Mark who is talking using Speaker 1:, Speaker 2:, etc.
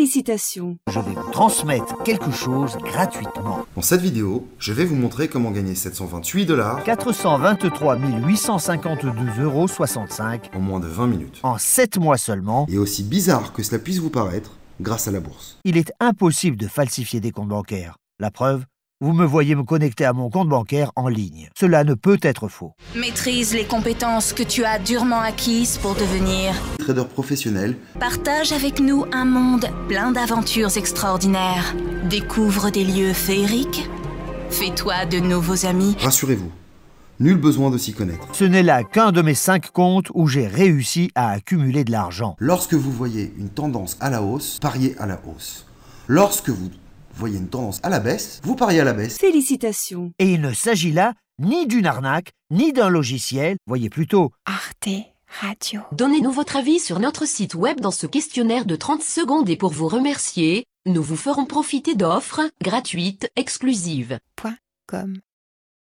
Speaker 1: Félicitations
Speaker 2: Je vais vous transmettre quelque chose gratuitement.
Speaker 3: Dans cette vidéo, je vais vous montrer comment gagner 728 dollars
Speaker 2: 423 852,65 euros
Speaker 3: en moins de 20 minutes.
Speaker 2: en 7 mois seulement.
Speaker 3: Et aussi bizarre que cela puisse vous paraître, grâce à la bourse.
Speaker 2: Il est impossible de falsifier des comptes bancaires. La preuve Vous me voyez me connecter à mon compte bancaire en ligne. Cela ne peut être faux.
Speaker 4: Maîtrise les compétences que tu as durement acquises pour devenir.
Speaker 3: Trader professionnel,
Speaker 4: Partage avec nous un monde plein d'aventures extraordinaires. Découvre des lieux féeriques. Fais-toi de nouveaux amis.
Speaker 3: rassurez-vous, nul besoin de s'y connaître.
Speaker 2: Ce n'est là qu'un de mes 5 comptes où j'ai réussi à accumuler de l'argent.
Speaker 3: Lorsque vous voyez une tendance à la hausse, pariez à la hausse. Lorsque vous voyez une tendance à la baisse, vous pariez à la baisse.
Speaker 1: Félicitations
Speaker 2: Et il ne s'agit là ni d'une arnaque, ni d'un logiciel, voyez plutôt,
Speaker 5: Arte Radio.
Speaker 6: Donnez-nous votre avis sur notre site web dans ce questionnaire de 30 secondes et pour vous remercier, nous vous ferons profiter d'offres gratuites exclusives.
Speaker 5: Comme